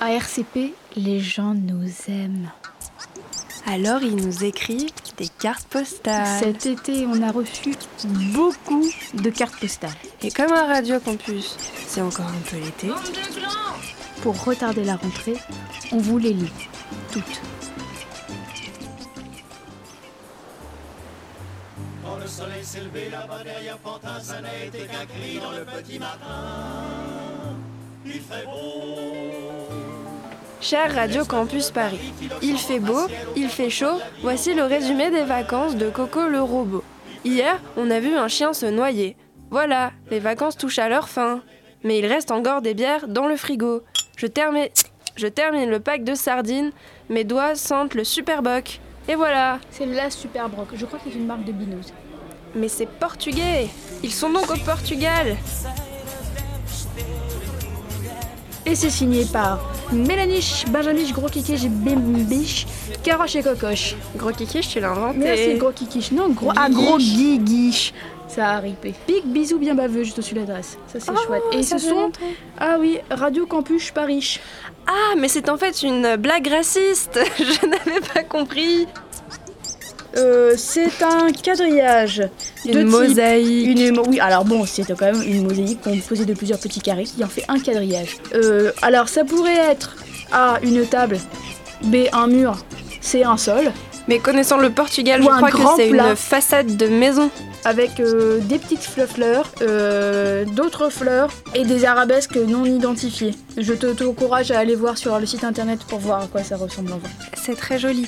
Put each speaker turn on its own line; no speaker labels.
À RCP, les gens nous aiment.
Alors ils nous écrivent des cartes postales.
Cet été, on a reçu beaucoup de cartes postales.
Et comme à Radio Campus, c'est encore un peu l'été.
Pour retarder la rentrée, on vous les lit toutes.
Quand le soleil s'est levé là-bas derrière Pantin, ça n'a été qu'un cri dans le petit matin. Il fait beau.
Cher Radio Campus Paris, il fait beau, il fait chaud, voici le résumé des vacances de Coco le robot. Hier, on a vu un chien se noyer. Voilà, les vacances touchent à leur fin. Mais il reste encore des bières dans le frigo. Je termine, je termine le pack de sardines, mes doigts sentent le superboc. Et voilà,
C'est la Super Broc. Je crois que c'est une marque de binous.
mais c'est portugais Ils sont donc au Portugal
Et c'est signé par Mélanie, Benjamiche, Gros Kikiche, Bimbiche, Caroche et Cocoche.
Gros kiki, je te l'ai inventé.
Mais là, c'est Gros Kikiche. Non, Gros ah, Gros Guiguiche. Ça a ripé. Big bisous bien baveux juste au-dessus de l'adresse. Ça, c'est
Oh,
chouette. Et
ça
ce
fait
sont. Ah oui, Radio Campus Paris.
Ah, mais c'est en fait une blague raciste Je n'avais pas compris
Euh, c'est un quadrillage. de
Une
type-
mosaïque
Une émo- oui, alors bon, c'est quand même une mosaïque composée de plusieurs petits carrés qui en fait un quadrillage. Euh, alors ça pourrait être A, une table, B, un mur, C, un sol,
Mais connaissant le Portugal,
Ou
je
un
crois que
grand
c'est
plat.
une façade de maison.
avec euh, des petites fleurs, fleurs, euh, d'autres fleurs et des arabesques non identifiées. Je te t'encourage à aller voir sur le site internet pour voir à quoi ça ressemble en vrai.
C'est très joli.